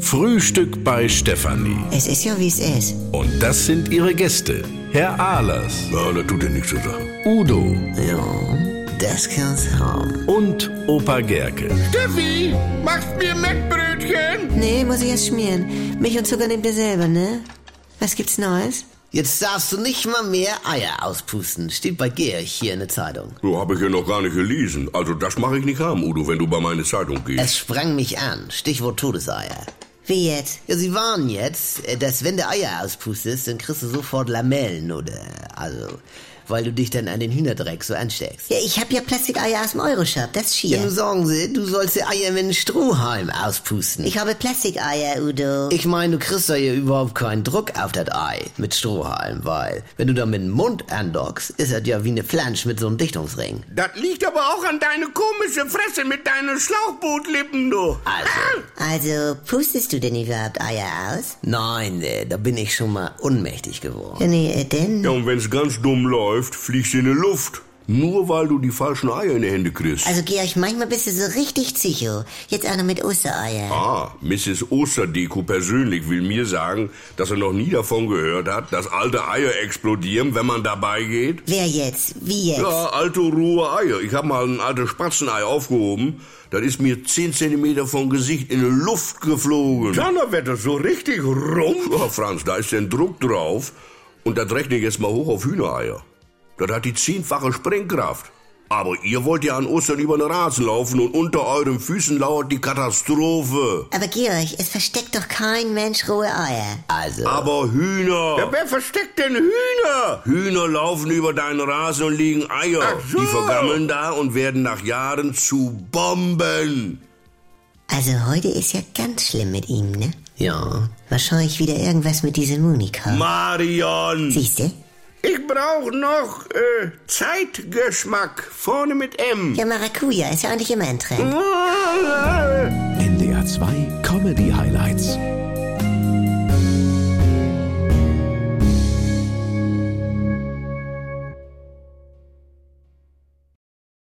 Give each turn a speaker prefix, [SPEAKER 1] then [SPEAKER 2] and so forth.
[SPEAKER 1] Frühstück bei Stefanie.
[SPEAKER 2] Es ist ja, wie es ist.
[SPEAKER 1] Und das sind ihre Gäste. Herr Ahlers,
[SPEAKER 3] Ja, da tut er nichts zu sagen.
[SPEAKER 1] Udo
[SPEAKER 2] Ja, das kann's haben.
[SPEAKER 1] und Opa Gerke.
[SPEAKER 4] Steffi, machst mir Mettbrötchen?
[SPEAKER 2] Nee, muss ich erst schmieren. Milch und Zucker nehmt ihr selber, ne? Was gibt's Neues?
[SPEAKER 5] Jetzt darfst du nicht mal mehr Eier auspusten. Steht bei Georg hier in der Zeitung.
[SPEAKER 3] So habe ich ja noch gar nicht gelesen. Also das mache ich nicht haben, Udo, wenn du bei meine Zeitung gehst.
[SPEAKER 5] Es sprang mich an. Stichwort Todeseier.
[SPEAKER 2] Wie jetzt?
[SPEAKER 5] Ja, sie warnen jetzt, äh, dass wenn du Eier auspustest, dann kriegst du sofort Lamellen oder also, weil du dich dann an den Hühnerdreck so ansteckst.
[SPEAKER 2] Ja, ich hab ja Plastikeier aus dem Euroshop, das ist
[SPEAKER 5] Ja.
[SPEAKER 2] schier.
[SPEAKER 5] Nun sagen sie, du sollst die Eier mit einem Strohhalm auspusten.
[SPEAKER 2] Ich habe Plastikeier, Udo.
[SPEAKER 5] Ich meine, du kriegst da ja überhaupt keinen Druck auf das Ei mit Strohhalm, weil wenn du da mit dem Mund andockst, ist das ja wie eine Flansch mit so einem Dichtungsring.
[SPEAKER 4] Das liegt aber auch an deine komische Fresse mit deinen Schlauchbootlippen, du.
[SPEAKER 5] Also,
[SPEAKER 2] Also, pustest du denn überhaupt Eier aus?
[SPEAKER 5] nein, äh, da bin ich schon mal ohnmächtig geworden.
[SPEAKER 2] Ja, nee, äh, denn?
[SPEAKER 3] Ja, und wenn's ganz dumm läuft, fliegst du in die Luft. Nur weil du die falschen Eier in die Hände kriegst.
[SPEAKER 2] Also, Georg, manchmal bist du so richtig psycho. Jetzt auch noch mit Ostereier.
[SPEAKER 3] Ah, Mrs. Osterdeko persönlich will mir sagen, dass er noch nie davon gehört hat, dass alte Eier explodieren, wenn man dabei geht.
[SPEAKER 2] Wer jetzt? Wie jetzt?
[SPEAKER 3] Ja, alte rohe Eier. Ich habe mal ein altes Spatzenei aufgehoben. Das ist mir 10 Zentimeter vom Gesicht in die Luft geflogen.
[SPEAKER 4] Donnerwetter, so richtig rum?
[SPEAKER 3] Ja, Franz, da ist denn Druck drauf. Und das rechne ich jetzt mal hoch auf Hühnereier. Das hat die zehnfache Sprengkraft. Aber ihr wollt ja an Ostern über den Rasen laufen und unter euren Füßen lauert die Katastrophe.
[SPEAKER 2] Aber Georg, es versteckt doch kein Mensch rohe Eier.
[SPEAKER 5] Also,
[SPEAKER 3] Aber Hühner,
[SPEAKER 4] Ja, wer versteckt denn Hühner?
[SPEAKER 3] Hühner laufen über deinen Rasen und liegen Eier.
[SPEAKER 4] Ach so.
[SPEAKER 3] Die vergammeln da und werden nach Jahren zu Bomben.
[SPEAKER 2] Also, heute ist ja ganz schlimm mit ihm, ne?
[SPEAKER 5] ja,
[SPEAKER 2] Wahrscheinlich wieder irgendwas mit dieser Monika.
[SPEAKER 3] Marion,
[SPEAKER 2] Siehste?
[SPEAKER 4] Ich brauch noch äh, Zeitgeschmack, vorne mit M.
[SPEAKER 3] Hm.
[SPEAKER 2] Ja, Maracuja ist ja eigentlich immer ein Trend.
[SPEAKER 4] Ah,
[SPEAKER 6] NDR 2 Comedy Highlights.